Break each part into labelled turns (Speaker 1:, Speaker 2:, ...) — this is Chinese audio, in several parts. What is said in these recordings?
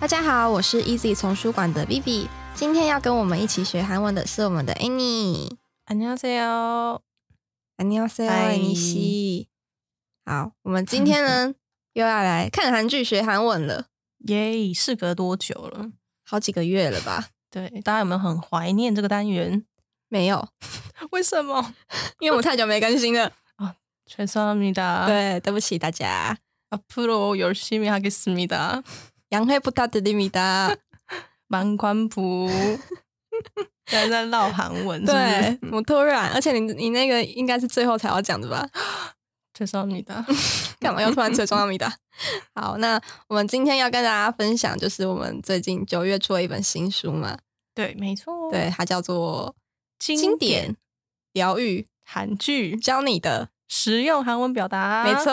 Speaker 1: 大家好，我是 Easy 丛书馆的 Vivi，今天要跟我们一起学韩文的是我们的 Annie。
Speaker 2: 안녕하세요，
Speaker 1: 안녕하세요，
Speaker 2: 嗨
Speaker 1: 艾尼西。E 好，我们今天 呢又要来看韩剧学韩文了，
Speaker 2: 耶！事隔多久了？
Speaker 1: 好几个月了吧？
Speaker 2: 对，大家有没有很怀念这个单元？
Speaker 1: 没 有，
Speaker 2: 为什么？
Speaker 1: 因为我太久没更新了。
Speaker 2: 죄송합니다。，
Speaker 1: 对，对不起大家。
Speaker 2: 앞으로열심히하겠습니다。
Speaker 1: 杨黑不打的利米达，
Speaker 2: 满关不，现在在唠韩 文，
Speaker 1: 对我突然，而且你你那个应该是最后才要讲的 吧？
Speaker 2: 죄송합니다。
Speaker 1: 干嘛要突然吹中央米达？好，那我们今天要跟大家分享，就是我们最近九月出了一本新书嘛，
Speaker 2: 对，没错，
Speaker 1: 对，，它叫做《
Speaker 2: 经
Speaker 1: 经
Speaker 2: 典
Speaker 1: 典疗愈
Speaker 2: 韩剧
Speaker 1: 教你的
Speaker 2: 实用韩文表达，》，
Speaker 1: 没。错，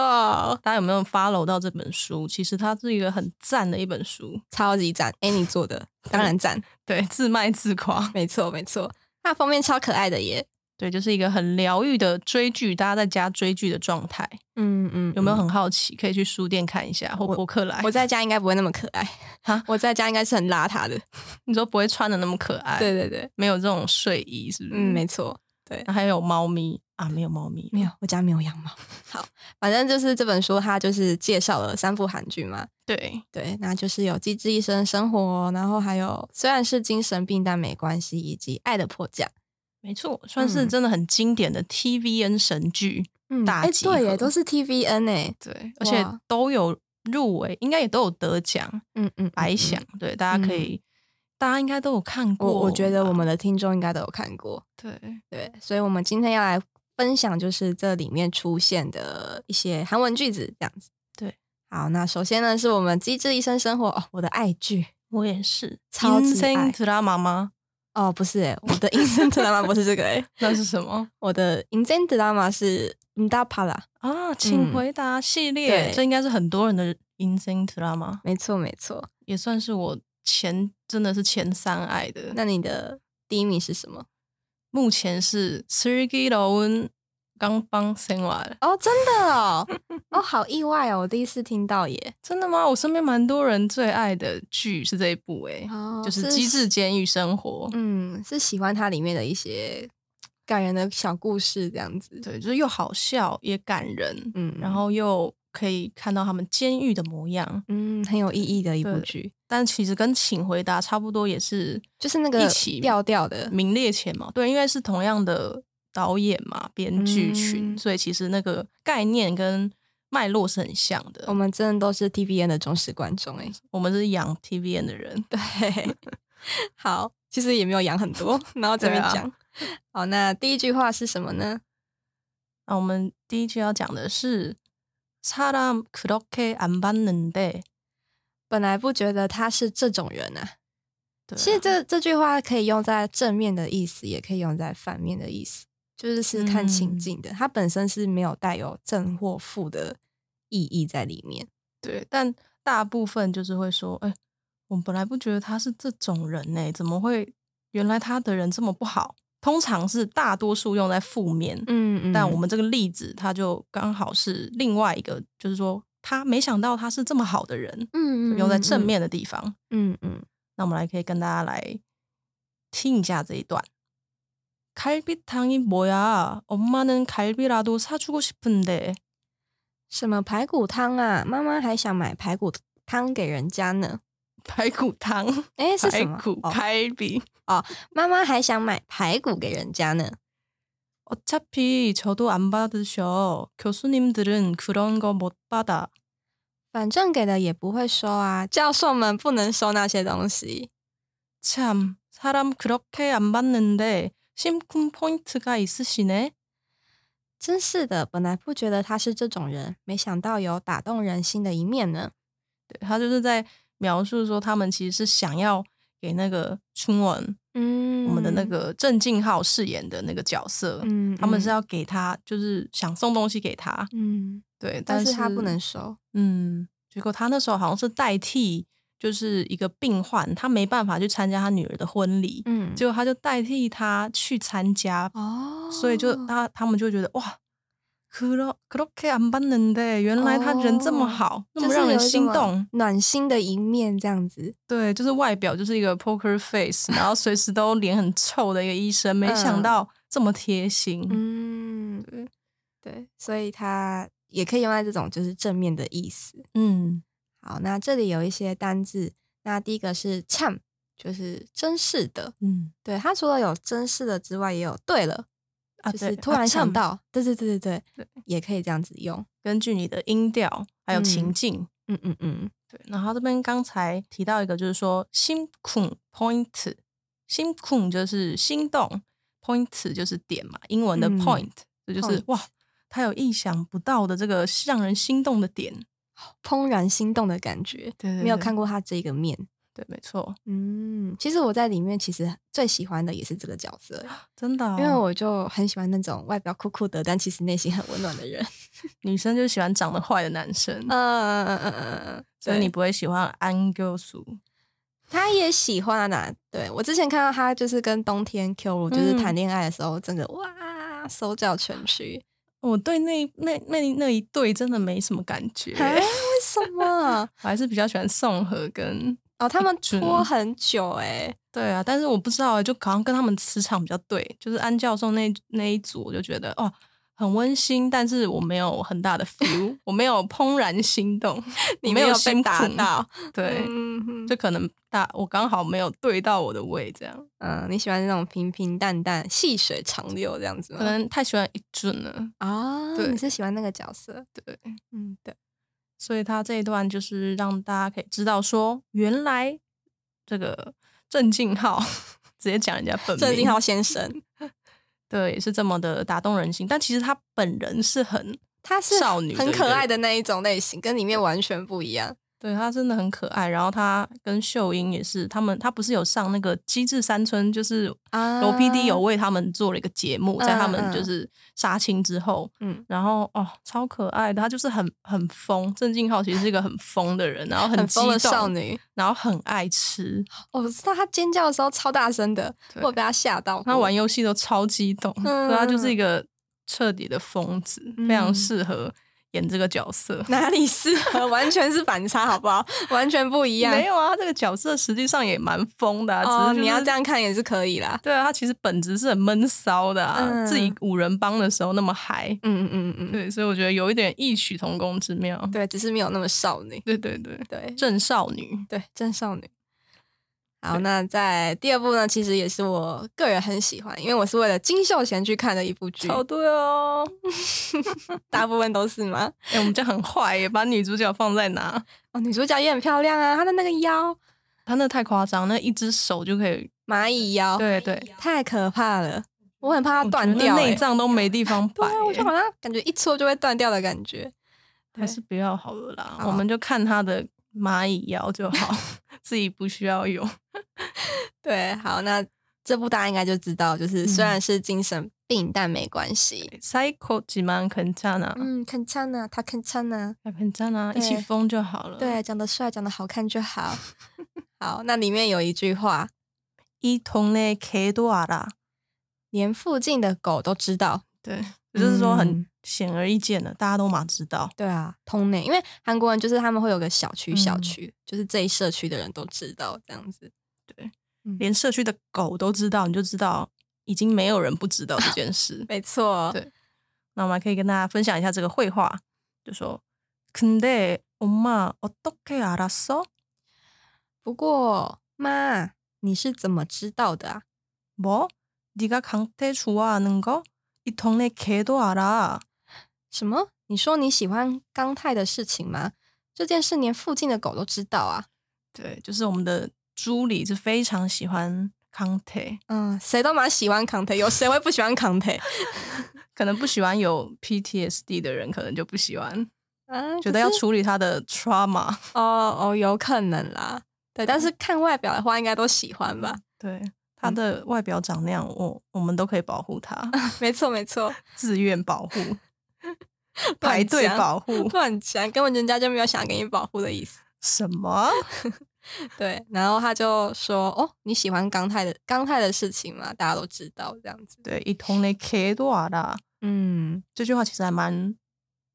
Speaker 2: 大家有没有 follow 到这本书？其实它是一个很赞的一本书，
Speaker 1: 超级 赞！Annie 做的，当然 赞，
Speaker 2: 对，自卖自夸，
Speaker 1: 没错没错。那封面超可爱的耶，
Speaker 2: 对，就是一个很疗愈的追剧，大家在家追剧的状态。
Speaker 1: 嗯嗯
Speaker 2: 有没有？很好奇？可以去书店看一下，或博客来。
Speaker 1: 我在家应该不会那么可爱
Speaker 2: 啊
Speaker 1: 我在家应该是很邋遢的。
Speaker 2: 你说不会穿的那么可爱，
Speaker 1: 对，对对，
Speaker 2: 没有这种睡衣，是不是？
Speaker 1: 嗯，没错，嗯
Speaker 2: 那还有猫咪啊，没有猫咪，
Speaker 1: 没有，我家没有养猫。好，反正就是这本书，它就是介绍了三部韩剧嘛。
Speaker 2: 对，
Speaker 1: 对，那就是有《机智医生生活》，然后还有虽然是精神病但没关系，以及《爱的迫降》。
Speaker 2: 没错，算是
Speaker 1: 嗯
Speaker 2: 真的很经典的 TVN 神剧，
Speaker 1: 嗯
Speaker 2: 大
Speaker 1: 哎，
Speaker 2: 集合
Speaker 1: 对耶，都是 TVN 哎，
Speaker 2: 对，而且
Speaker 1: 哇
Speaker 2: 都有入围，应该也都有得奖，
Speaker 1: 嗯嗯，
Speaker 2: 白
Speaker 1: 想。
Speaker 2: 想，对，大家可以，大家应该都有看过
Speaker 1: 我
Speaker 2: 吧，
Speaker 1: 我觉得我啊们的听众应该都有看过。
Speaker 2: 对，
Speaker 1: 对，所以我们今天要来分享，就是这里面出现的一些韩文句子，这样子。
Speaker 2: 对，
Speaker 1: 好，那首先呢，是我们《机智医生生活》哦，我的爱剧
Speaker 2: 我也是，
Speaker 1: 超级爱
Speaker 2: d r 妈妈，
Speaker 1: 哦，不是诶，我的 instant drama 不是这个诶，
Speaker 2: 那是什么？
Speaker 1: 我的 instant drama 是 m d a p a l a
Speaker 2: 啊，
Speaker 1: 嗯
Speaker 2: 请回答系列，
Speaker 1: 对
Speaker 2: 这应该是很多人的 insane drama，
Speaker 1: 没错没错。
Speaker 2: 也算是我前真的是前三爱的。
Speaker 1: 那你的第一名是什么？
Speaker 2: 目前是 Three g i l o n 刚帮生完，
Speaker 1: 哦，真的 哦，哦，好意外哦，我第一次听到耶。
Speaker 2: 真的吗？我身边蛮多人最爱的剧是这一部、欸，
Speaker 1: 哦
Speaker 2: 就是《机智监狱生活》。
Speaker 1: 嗯，是喜欢它里面的一些感人的小故事这样子。
Speaker 2: 对，就是又好笑也感人，
Speaker 1: 嗯
Speaker 2: 然后又可以看到他们监狱的模样。
Speaker 1: 嗯，很有意义的一部
Speaker 2: 对
Speaker 1: 剧，
Speaker 2: 但其实跟《请回答》差不多，也是
Speaker 1: 就是那个
Speaker 2: 一起
Speaker 1: 调调的
Speaker 2: 名列前茅。对，因为是同样的导演嘛，编剧群，
Speaker 1: 嗯
Speaker 2: 所以其实那个概念跟脉络是很像的。
Speaker 1: 我们真的都是 TVN 的忠实观众哎、
Speaker 2: 我们是养 TVN 的人，
Speaker 1: 对， 好，其实也没有养很 多，然后这边
Speaker 2: 对啊
Speaker 1: 讲。好，那第一句话是什么呢？
Speaker 2: 那我们第一句要讲的是사람그렇게안받는데，
Speaker 1: 本来不觉得他是这种人啊，
Speaker 2: 对啊
Speaker 1: 其实这这句话可以用在正面的意思，也可以用在反面的意思，就是是看情
Speaker 2: 嗯
Speaker 1: 境的。它本身是没有带有正或负的意义在里面。
Speaker 2: 对，但大部分就是会说，哎、我们本来不觉得他是这种人呢、怎么会原来他的人这么不好？通常是大多数用在负面，
Speaker 1: 嗯嗯
Speaker 2: 但我们这个例子，他就刚好是另外一个，就是说他没想到他是这么好的人，
Speaker 1: 嗯
Speaker 2: 用在正，面的地方。
Speaker 1: 嗯嗯，
Speaker 2: 那我们来可以跟大家来听一下这一段。갈비탕이뭐야엄마는갈비라도사주고싶은데
Speaker 1: 什么排骨汤啊？妈妈还想买排骨汤给人家呢。
Speaker 2: 排骨 汤，
Speaker 1: 哎，是什
Speaker 2: 排
Speaker 1: 么？
Speaker 2: 骨
Speaker 1: 哦
Speaker 2: 아, 갈비 어.
Speaker 1: 妈妈还想买排骨给人家呢。
Speaker 2: 어차피 저도 안 받으셔. 교수님들은 그런 거 못 받아.
Speaker 1: 反正给了也不会收啊，教授们不能收那些东西。
Speaker 2: 참, 사람 그렇게 안 받는데 심쿵 포인트가 있으시네.
Speaker 1: 真是的，本来不觉得他是这种人，没想到有打动人心的一面呢。
Speaker 2: 对他就是在描述说他们其实是想要给那个春文，
Speaker 1: 嗯
Speaker 2: 我们的那，个郑敬浩饰演的那个角色，
Speaker 1: 嗯，
Speaker 2: 他们是
Speaker 1: 嗯，
Speaker 2: 要给他，就是想送东西给他，
Speaker 1: 嗯，
Speaker 2: 对，
Speaker 1: 但
Speaker 2: 是
Speaker 1: 是他不能收，
Speaker 2: 嗯，结果他那时候好像是代替，就是一个病患，他没办法去参加他女儿的婚礼，
Speaker 1: 嗯，
Speaker 2: 结果他就代替他去参加，
Speaker 1: 哦，
Speaker 2: 所以就他他们就觉得哇。可乐可乐 K 安班人的，原来他人这么
Speaker 1: 哦
Speaker 2: 好，那
Speaker 1: 就
Speaker 2: 么
Speaker 1: 是
Speaker 2: 让人
Speaker 1: 有一
Speaker 2: 心
Speaker 1: 种
Speaker 2: 动，
Speaker 1: 暖心的一面这样子，
Speaker 2: 对，就是外表就是一个 poker face，然后随时都脸很臭的一个医生，没想
Speaker 1: 嗯
Speaker 2: 到这么贴心。
Speaker 1: 嗯，对对，所以它也可以用在这种就是正面的意思。
Speaker 2: 嗯
Speaker 1: 好，那这里有一些单字，那第一个是 “cham”，就是真是的。
Speaker 2: 嗯
Speaker 1: 对，它除了有真是的之外，也有对了，
Speaker 2: 啊，
Speaker 1: 就是
Speaker 2: 对
Speaker 1: 突
Speaker 2: 啊
Speaker 1: 然想
Speaker 2: 呛
Speaker 1: 到，对对对对对
Speaker 2: 对，
Speaker 1: 也可以这样子用。
Speaker 2: 根据你的音调还有情
Speaker 1: 嗯
Speaker 2: 境。
Speaker 1: 嗯嗯嗯，
Speaker 2: 对，然后这边刚才提到一个，就是说心控 point，心控就是心动，point 就是点嘛，英文的
Speaker 1: 嗯
Speaker 2: point，这、就是
Speaker 1: point
Speaker 2: 哇，他有意想不到的这个让人心动的点。
Speaker 1: 怦然心动的感觉，
Speaker 2: 对对
Speaker 1: 没有
Speaker 2: 对
Speaker 1: 看过它这个面。
Speaker 2: 对，没错，
Speaker 1: 嗯，其实我在里面其实最喜欢的也是这个角色，
Speaker 2: 真的哦、
Speaker 1: 因为我就很喜欢那种外表酷酷的，但其实内心很温暖的人。
Speaker 2: 女生就喜欢长得坏的男生。
Speaker 1: 嗯嗯嗯嗯 嗯，
Speaker 2: 所以你不会喜欢安哥苏，
Speaker 1: 他也喜欢啊。对我之前看到他就是跟冬天 Q 我就是
Speaker 2: 嗯
Speaker 1: 谈恋爱的时候，真的哇手脚全 屈。
Speaker 2: 我对那那那那一对真的没什么感觉，
Speaker 1: 啊，为什 么？
Speaker 2: 我还是比较喜欢宋和跟
Speaker 1: 哦，他们
Speaker 2: 准
Speaker 1: 拖很久哎、
Speaker 2: 对啊，但是我不知道欸，就好像跟他们磁场比较对，就是安教授那那一组，我就觉得哦很温馨，但是我没有很大的 feel，我没有怦然心动，
Speaker 1: 你
Speaker 2: 我
Speaker 1: 没有被
Speaker 2: 心
Speaker 1: 打
Speaker 2: 动
Speaker 1: 到，
Speaker 2: 对，
Speaker 1: 嗯
Speaker 2: 就可能大我刚好没有对到我的胃，这样
Speaker 1: 嗯，你喜欢那种平平淡淡、细水长流这样子
Speaker 2: 可
Speaker 1: 吗？
Speaker 2: 能太喜欢一准了，
Speaker 1: 啊、
Speaker 2: 对
Speaker 1: 你是喜欢那个角色？
Speaker 2: 对。
Speaker 1: 嗯，对，
Speaker 2: 所以他这一段就是让大家可以知道说，原来这个郑敬浩 直接讲人家本名，
Speaker 1: 郑敬浩先生，
Speaker 2: 对也是这么的打动人心，但其实他本人是很
Speaker 1: 他是
Speaker 2: 少女的
Speaker 1: 很
Speaker 2: 一
Speaker 1: 可
Speaker 2: 个
Speaker 1: 爱的那一种类型，跟里面完全不一样。
Speaker 2: 对他真的很可爱，然后他跟秀英也是，他们他不是有上那个《机智山村》，就是
Speaker 1: 啊
Speaker 2: 罗 PD 有为他们做了一个节目，在他们就是杀青之后，
Speaker 1: 嗯
Speaker 2: 然后哦超可爱的，他就是很很疯，郑敬浩其实是一个很疯的人，然后
Speaker 1: 很
Speaker 2: 激
Speaker 1: 疯
Speaker 2: 动
Speaker 1: 的少，女，
Speaker 2: 然后很爱吃，
Speaker 1: 哦我知道她尖叫的时候超大声的，我
Speaker 2: 对
Speaker 1: 有被她吓到过。
Speaker 2: 他玩游戏都超激动，
Speaker 1: 嗯
Speaker 2: 所以他就是一个彻底的疯子，
Speaker 1: 嗯
Speaker 2: 非常适合演这个角色。
Speaker 1: 哪里适合？完全是反差，好不好？完全不一样。
Speaker 2: 没有啊，他这个角色实际上也蛮疯的、啊，
Speaker 1: 哦，
Speaker 2: 只是、
Speaker 1: 你要这。样看也是可以啦。
Speaker 2: 对啊，他其实本质是很闷骚的啊，
Speaker 1: 嗯
Speaker 2: 自己五人帮的时候那么嗨，
Speaker 1: 嗯嗯嗯嗯，
Speaker 2: 对，所以我觉得有一点异曲同工之妙。
Speaker 1: 对，只是没有那么少女。
Speaker 2: 对对对，
Speaker 1: 对
Speaker 2: 正少女，
Speaker 1: 对，真少女。好，那在第二部呢，其实也是我个人很喜欢，因为我是为了金秀贤去看的一部剧，
Speaker 2: 超对哦。
Speaker 1: 大部分都是嘛。
Speaker 2: 哎、我们家很坏耶，把女主角放在哪？
Speaker 1: 哦，女主角也很漂亮啊，她的那个腰，
Speaker 2: 她那太夸张，那一只手就可以，
Speaker 1: 蚂蚁腰，
Speaker 2: 对对，
Speaker 1: 太可怕了，我很怕它
Speaker 2: 我觉
Speaker 1: 哎断
Speaker 2: 得
Speaker 1: 掉、欸，
Speaker 2: 内脏都没地方
Speaker 1: 对
Speaker 2: 摆耶。
Speaker 1: 啊，我就好像感觉一戳就会断掉的感觉。
Speaker 2: 还是不要好了啦，
Speaker 1: 好
Speaker 2: 我们就看他的蚂蚁腰就好， 自己不需要用。
Speaker 1: 对，好，那这部大家应该就知道，就是虽然是精神病，但没关系。
Speaker 2: Cycle 几万肯赞啊，
Speaker 1: 嗯，看灿呐，他看灿呐，
Speaker 2: 肯赞啊，
Speaker 1: 对
Speaker 2: 一起疯就好了。，
Speaker 1: 对，长得帅，长得好看就好。嗯 好，那里面有一句话，
Speaker 2: 一同呢 K 多啊啦，
Speaker 1: 连附近的狗都知道。
Speaker 2: 对，就是说很
Speaker 1: 嗯
Speaker 2: 显而易见的，大家都马知道。
Speaker 1: 对啊，通内，因为韩国人就是他们会有个小区，
Speaker 2: 嗯
Speaker 1: 小区、就是这一社区的人都知道这样子。
Speaker 2: 连社区的狗都知道，你就知道已经没有人不知道这 件事。
Speaker 1: 没错，
Speaker 2: 对那我们还可以跟大家分享一下这个绘画，就说근데엄마어떻게알았어？
Speaker 1: 不过妈，你是怎么知道的啊？
Speaker 2: 뭐네가강태좋아하는거이동네개도알아。
Speaker 1: 什么？你说你喜欢刚泰的事情吗？这件事连附近的狗都知道啊。
Speaker 2: 对，就是我们的朱莉是非常喜欢康泰，
Speaker 1: 嗯，谁都蛮喜欢康泰，有谁会不喜欢康泰？
Speaker 2: 哎可能不喜欢有 PTSD 的人，可能就不喜欢。
Speaker 1: 啊，
Speaker 2: 觉得要
Speaker 1: 可是
Speaker 2: 处理他的 trauma。
Speaker 1: 哦哦，有可能啦。对，但是看外表的话，应该都喜欢 吧？
Speaker 2: 对，他的外表长那样，我我们都可以保护 他，
Speaker 1: 没错，没错，
Speaker 2: 自愿保护，排队
Speaker 1: 讲
Speaker 2: 保护，
Speaker 1: 乱讲，根本人家就没有想给你保护的意思。
Speaker 2: 什么？
Speaker 1: 对，然后他就说：“哦，你喜欢刚泰的刚泰的事情嘛，大家都知道这样子。
Speaker 2: 对，一同来 K 多少啦？”
Speaker 1: 嗯，
Speaker 2: 这句话其实还蛮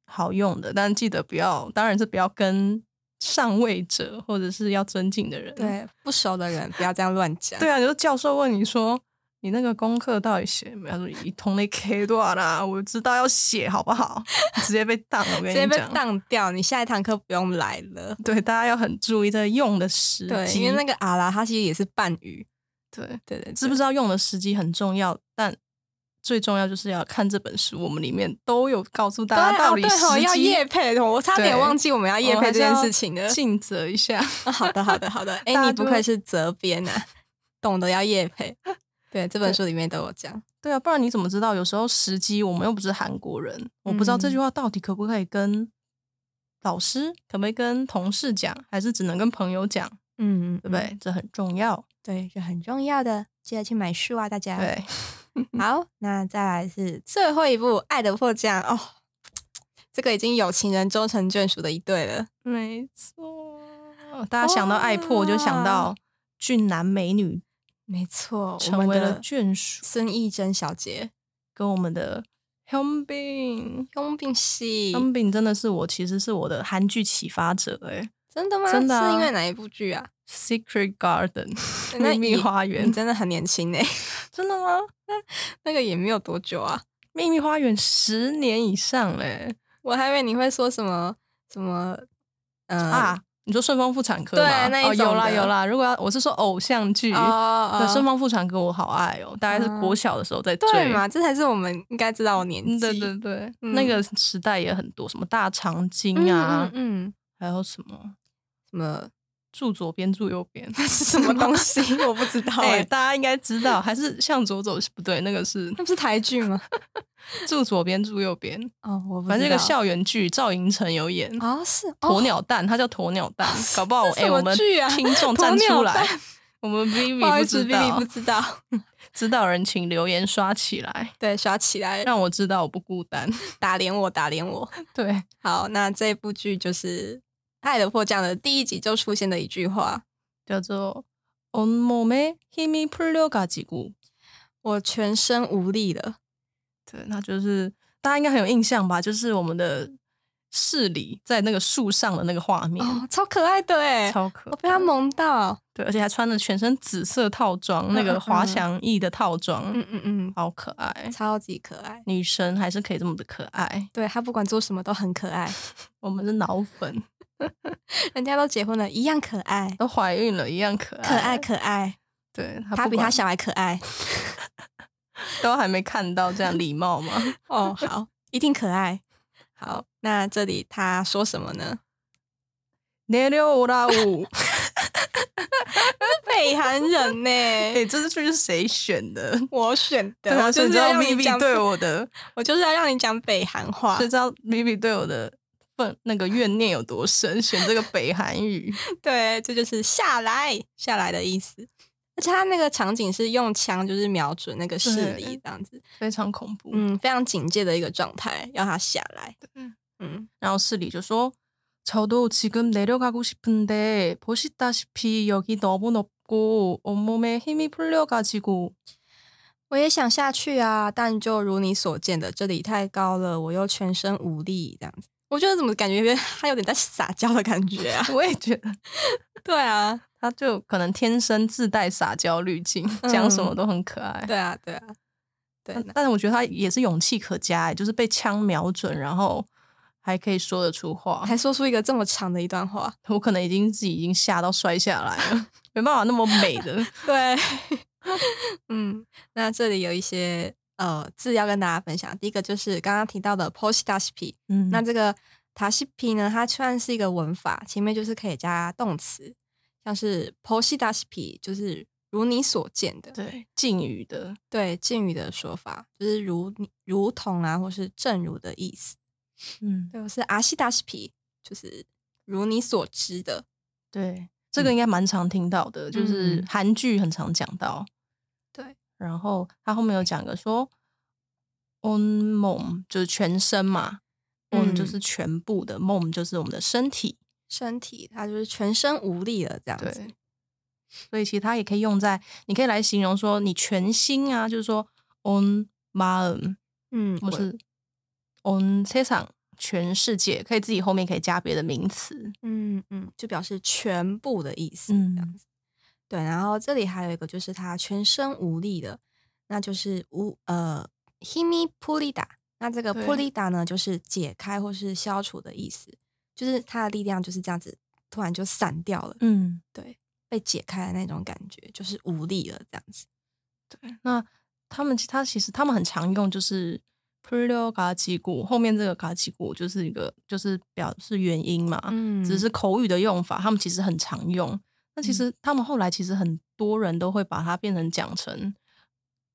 Speaker 2: 好用的，但记得不要，当然是不要跟上位者或者是要尊敬的人。
Speaker 1: 对，不熟的人不要这样乱讲。
Speaker 2: 对啊，你说教授问你说你那个功课到底写没有？他说一同类 K 多少啦？我知道要写，好不好？直接被当，我
Speaker 1: 直
Speaker 2: 跟你
Speaker 1: 接
Speaker 2: 讲，
Speaker 1: 被当掉，你下一堂课不用来了。
Speaker 2: 对，大家要很注意这用的时
Speaker 1: 对，
Speaker 2: 机，
Speaker 1: 因为那个阿拉他其实也是半语，
Speaker 2: 对
Speaker 1: 对对对，
Speaker 2: 知不知道用的时机很重要，但最重要就是要看这本书，我们里面都有告诉大
Speaker 1: 对
Speaker 2: 家
Speaker 1: 啊
Speaker 2: 到底
Speaker 1: 对
Speaker 2: 时
Speaker 1: 哦
Speaker 2: 机。
Speaker 1: 要业配，我差点
Speaker 2: 对
Speaker 1: 忘记我们哦要业
Speaker 2: 我
Speaker 1: 配
Speaker 2: 还
Speaker 1: 这
Speaker 2: 是
Speaker 1: 件
Speaker 2: 要
Speaker 1: 事情了。
Speaker 2: 尽责一下。
Speaker 1: 啊好的，好的， 好的。哎、
Speaker 2: 大家
Speaker 1: 你不
Speaker 2: 就
Speaker 1: 愧
Speaker 2: 会
Speaker 1: 是责编啊，懂得要业配。对，这本书里面都有讲。
Speaker 2: 对啊，不然你怎么知道？有时候时机，我们又不是韩国人，我不知道这句
Speaker 1: 嗯
Speaker 2: 话到底可不可以跟老师，可不可以跟同事讲，还是只能跟朋友讲，
Speaker 1: 嗯，
Speaker 2: 对不对？？这很重要。
Speaker 1: 对，这很重要的，记得去买书啊，大家。
Speaker 2: 对，
Speaker 1: 好，那再来是最后一部《爱的迫降》哦，这个已经有情人终成眷属的一对了。
Speaker 2: 没错。大家想到爱破，就想到俊男美女
Speaker 1: 没错，我
Speaker 2: 成
Speaker 1: 们
Speaker 2: 为
Speaker 1: 的
Speaker 2: 了眷属，
Speaker 1: 孙艺珍小姐，
Speaker 2: 跟我们的 h e m b i n
Speaker 1: 佣兵戏
Speaker 2: h e m b i n 真的是我，其实是我的韩剧启发者哎、
Speaker 1: 真的吗？
Speaker 2: 真的啊
Speaker 1: 是因为哪一部剧 啊？
Speaker 2: Secret Garden
Speaker 1: 那
Speaker 2: 秘密
Speaker 1: 你
Speaker 2: 花
Speaker 1: 你
Speaker 2: 园，
Speaker 1: 真的很年轻呢，欸
Speaker 2: 真的吗？
Speaker 1: 那个也没有多久啊。
Speaker 2: 秘密花园十年以上哎嘞、
Speaker 1: 我还以为你会说什么什么，嗯、
Speaker 2: 啊！你说顺丰妇产科
Speaker 1: 对
Speaker 2: 吗
Speaker 1: 那一
Speaker 2: 哦，有
Speaker 1: 种
Speaker 2: 啦
Speaker 1: 的
Speaker 2: 有啦。如果要我是说偶像剧，
Speaker 1: 哦
Speaker 2: 对顺丰妇产科我好爱哦，大概是
Speaker 1: 嗯
Speaker 2: 国小的时候在追
Speaker 1: 对嘛，这才是我们应该知道的年纪。
Speaker 2: 嗯对对对，
Speaker 1: 嗯
Speaker 2: 那个时代也很多，什么大长今啊，
Speaker 1: 嗯嗯嗯，
Speaker 2: 还有什么
Speaker 1: 什 么
Speaker 2: 住左边住右边
Speaker 1: 是 什么东西？我不知道
Speaker 2: 哎、
Speaker 1: 哎、
Speaker 2: 大家应该知道，还是向左走不对，那 个是
Speaker 1: 那不是台剧吗？
Speaker 2: 住左边住右边。
Speaker 1: 哦，我不
Speaker 2: 反正这个
Speaker 1: 笑
Speaker 2: 校园剧，赵寅成有演。
Speaker 1: 啊是
Speaker 2: 鸵
Speaker 1: 哦
Speaker 2: 鸟蛋，它叫鸵鸟蛋， 搞不好
Speaker 1: 这
Speaker 2: 哎、
Speaker 1: 什么
Speaker 2: 我们
Speaker 1: 剧啊
Speaker 2: 听众
Speaker 1: 鸵
Speaker 2: 站
Speaker 1: 鸟
Speaker 2: 出来
Speaker 1: 蛋，
Speaker 2: 我们 Vivi
Speaker 1: 不好意思
Speaker 2: 知
Speaker 1: ，B B
Speaker 2: 道
Speaker 1: 不，知 道，
Speaker 2: 知道人请留言刷起来，
Speaker 1: 对，刷起来
Speaker 2: 让我知道我不孤单。
Speaker 1: 打脸我，打脸我。
Speaker 2: 对，
Speaker 1: 好，那这部剧就是《爱的迫降》的第一集就出现的一句话，
Speaker 2: 叫做“온몸에힘이풀려가지고
Speaker 1: 我全身无力了。”。
Speaker 2: 对，那就是大家应该很有印象吧？就是我们的市里在那个树上的那个画面，
Speaker 1: 哦，超可爱的哎，
Speaker 2: 超可
Speaker 1: 我被他
Speaker 2: 爱
Speaker 1: 萌到。
Speaker 2: 对，而且还穿着全身紫色套装，那
Speaker 1: 嗯嗯
Speaker 2: 个
Speaker 1: 嗯
Speaker 2: 滑翔翼的套装，
Speaker 1: 嗯嗯嗯，
Speaker 2: 好可爱。
Speaker 1: 超级可爱。
Speaker 2: 女神还是可以这么的可爱，
Speaker 1: 对他不管做什么都很可 爱，
Speaker 2: 我们是脑粉，
Speaker 1: 人家都结婚了，一样可爱，
Speaker 2: 都怀孕了一样可爱，
Speaker 1: 可爱可爱。
Speaker 2: 对，
Speaker 1: 他
Speaker 2: 啊不
Speaker 1: 比他
Speaker 2: 管
Speaker 1: 小还可 爱。
Speaker 2: 都还没看到这样礼貌吗？
Speaker 1: 哦，好，一定可爱。好，那这里他说什么呢？
Speaker 2: 내려오라우，
Speaker 1: 北韩人 呢、
Speaker 2: 哎、这支剧是谁选的？
Speaker 1: 我选的，
Speaker 2: 对啊，
Speaker 1: 我
Speaker 2: 所
Speaker 1: 就是
Speaker 2: 以你知
Speaker 1: 要
Speaker 2: 道
Speaker 1: 让你
Speaker 2: Vivi
Speaker 1: 讲
Speaker 2: 对我的，
Speaker 1: 我就是要让你讲北韩话
Speaker 2: 所以。知道 Vivi 对我的愤那个怨念有多深，选这个北韩语，
Speaker 1: 对，这就是下来下来的意思。而且他那个场景是用枪，就是瞄准那个势
Speaker 2: 对
Speaker 1: 力这样子，
Speaker 2: 非常恐怖。
Speaker 1: 嗯，非常警戒的一个状态，要他下来。嗯，
Speaker 2: 然后市里就说。저도지금내려가고싶은데보시다시피여기너무덥고온몸에힘이풀려가지 고
Speaker 1: 我也想下去啊，但就如你所见的，这里太高了，我又全身无力，这样子。我觉得怎么感觉 他有点在撒娇的感觉啊？
Speaker 2: 我也觉得
Speaker 1: 对啊，
Speaker 2: 他就可能天生自带撒娇滤镜，讲什么都很可爱。
Speaker 1: 对啊，对 啊，对
Speaker 2: 但
Speaker 1: 那
Speaker 2: 但是我觉得他也是勇气可嘉、欸，就是被枪瞄准，然后还可以说得出话。
Speaker 1: 还说出一个这么长的一段话，
Speaker 2: 我可能已经自己已经吓到摔下来了， 没办法那么美 的。
Speaker 1: 对，嗯，那这里有一些呃字要跟大家分享。第一个就是刚刚提到的 post d a s p
Speaker 2: 嗯，
Speaker 1: 那这个 d a s p 呢，它虽然是一个文法，前面就是可以加动词，像是 post d a s p 就是如你所见的，
Speaker 2: 对敬语的，
Speaker 1: 对，敬语的说法就是如你如同啊，或是正如的意思。
Speaker 2: 嗯，
Speaker 1: 对，我是阿西达斯皮，就是如你所知的，
Speaker 2: 对，这个应该蛮常听到的，就是
Speaker 1: 嗯
Speaker 2: 韩剧很常讲到。
Speaker 1: 对，
Speaker 2: 然后他后面有讲个说 on mom 就是全身嘛、o n
Speaker 1: 嗯
Speaker 2: 就是全部的，mom 就是我们的身体，
Speaker 1: 身体它就是全身无力了这样子。
Speaker 2: 对，所以其实它也可以用在，你可以来形容说你全心啊，就是说 on mom
Speaker 1: 嗯，
Speaker 2: 或是 on 车场全世界，可以自己后面可以加别的名词，
Speaker 1: 嗯嗯，就表示全部的意思这样
Speaker 2: 嗯
Speaker 1: 子。对，然后这里还有一个就是他全身无力的，那就是无呃 himi pulida。那这个
Speaker 2: 对
Speaker 1: pulida 呢，就是解开或是消除的意思，就是它的力量就是这样子突然就散掉了，
Speaker 2: 嗯。
Speaker 1: 被解开的那种感觉，就是无力了这样子。
Speaker 2: 对，那他们其他其实他们很常用就是 prelo 嘎吉古后面这个嘎吉古就是一个就是表示原因嘛，
Speaker 1: 嗯
Speaker 2: 只是口语的用法，他们其实很常用。那其实他们后来其实很多人都会把它变成讲成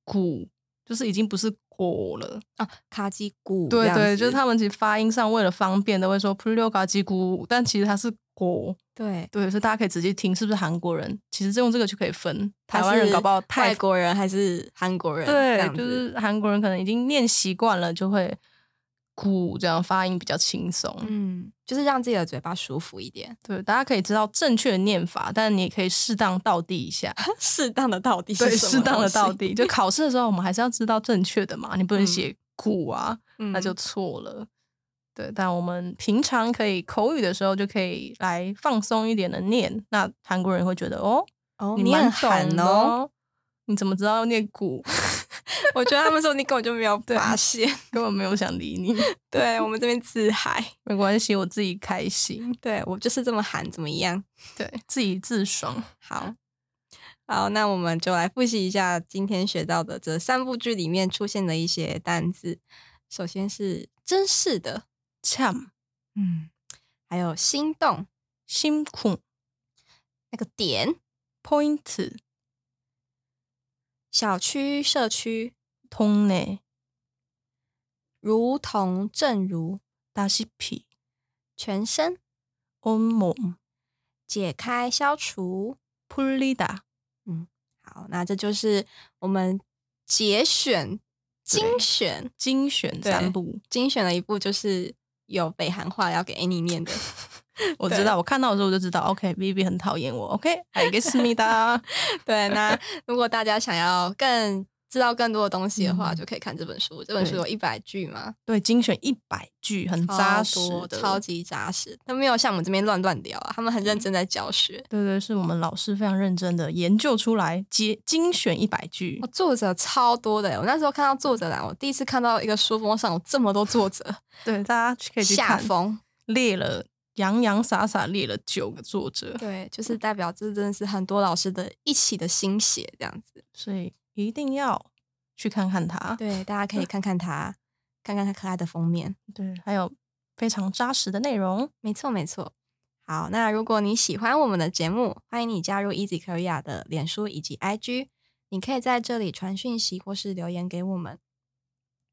Speaker 2: 古，就是已经不是果了。
Speaker 1: 啊，卡基古这
Speaker 2: 对
Speaker 1: 样
Speaker 2: 对，
Speaker 1: 子
Speaker 2: 就是他们其实发音上为了方便都会说 prelo 嘎吉古，但其实它是果。
Speaker 1: 对，
Speaker 2: 对，所以大家可以仔细听，是不是韩国人？其实用这个就可以分台
Speaker 1: 他
Speaker 2: 湾人，
Speaker 1: 是
Speaker 2: 搞不好泰
Speaker 1: 外国人还是韩国人？这
Speaker 2: 对，
Speaker 1: 样
Speaker 2: 就
Speaker 1: 子
Speaker 2: 是韩国人可能已经念习惯了，就会鼓这样发音比较轻松。
Speaker 1: 嗯，就是让自己的嘴巴舒服一点。
Speaker 2: 对，大家可以知道正确的念法，但你也可以适当倒地一下。
Speaker 1: 适当的到底是
Speaker 2: 对，
Speaker 1: 什么
Speaker 2: 适当的倒
Speaker 1: 东西，
Speaker 2: 地。就考试的时候，我们还是要知道正确的嘛，你不能
Speaker 1: 嗯
Speaker 2: 写鼓啊，那 就
Speaker 1: 嗯
Speaker 2: 错了。对，但我们平常可以口语的时候，就可以来放松一点的念。那韩国人会觉得哦，
Speaker 1: 哦，
Speaker 2: 你蛮
Speaker 1: 很
Speaker 2: 懂
Speaker 1: 狠
Speaker 2: 的
Speaker 1: 哦。
Speaker 2: 哦，你怎么知道要念鼓？
Speaker 1: 我觉得他们说你根本就没有
Speaker 2: 对
Speaker 1: 发现，
Speaker 2: 根本没有想理你。
Speaker 1: 对我们这边自嗨，
Speaker 2: 没关系，我自己开心。
Speaker 1: 对我就是这么喊，怎么样？
Speaker 2: 对自己自爽。
Speaker 1: 好，好，那我们就来复习一下今天学到的这三部剧里面出现的一些单字。首先是真是的，
Speaker 2: 참
Speaker 1: 嗯，还有心动
Speaker 2: 심쿵
Speaker 1: 那个点，
Speaker 2: 포인트
Speaker 1: 小区、社区，
Speaker 2: 동네
Speaker 1: 如同、正如、
Speaker 2: 다시피
Speaker 1: 全身
Speaker 2: 온몸
Speaker 1: 解开、消除，
Speaker 2: 풀리다
Speaker 1: 好，那这就是我们节选、精选、
Speaker 2: 精选
Speaker 1: 对。
Speaker 2: 三部
Speaker 1: 精选了一部，就是有北韩话要给 Annie 念 的。
Speaker 2: 我知道，我看到的时候我就知道 OK Vivi 很讨厌我 OK 알겠습니다
Speaker 1: 对，那如果大家想要更知道更多的东西的话，
Speaker 2: 嗯
Speaker 1: 就可以看这本书。这本书
Speaker 2: 对
Speaker 1: 有一百句嘛，
Speaker 2: 对精选100句很扎实
Speaker 1: 超多
Speaker 2: 的
Speaker 1: 超级扎实。他没有像我们这边乱乱聊啊，他们很认真在教学。
Speaker 2: 对对，是我们老师非常认真的研究出来，精精选100句
Speaker 1: 哦，作者超多的耶，欸我那时候看到作者栏，我第一次看到一个书封上有这么多作者，下风。
Speaker 2: 对，大家可以去看，列了洋洋洒洒列了九个作 者，
Speaker 1: 对，就是代表这真的是很多老师的一起的心血这样子。
Speaker 2: 所以一定要去看看它。
Speaker 1: 对，大家可以看看它，看看它可爱的封面。
Speaker 2: 对，还有非常扎实的内容。
Speaker 1: 没错，没错。好，那如果你喜欢我们的节目，欢迎你加入 Easy Korea 的脸书以及 IG，你可以在这里传讯息或是留言给我们。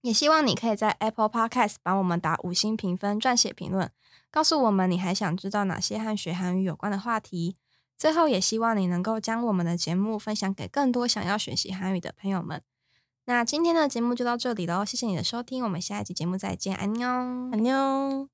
Speaker 1: 也希望你可以在 Apple Podcast 帮我们打五星评分、撰写评论，告诉我们你还想知道哪些和学韩语有关的话题。最后，也希望你能够将我们的节目分享给更多想要学习韩语的朋友们。那今天的节目就到这里喽，谢谢你的收听，我们下一集节目再见，安妞，
Speaker 2: 안녕。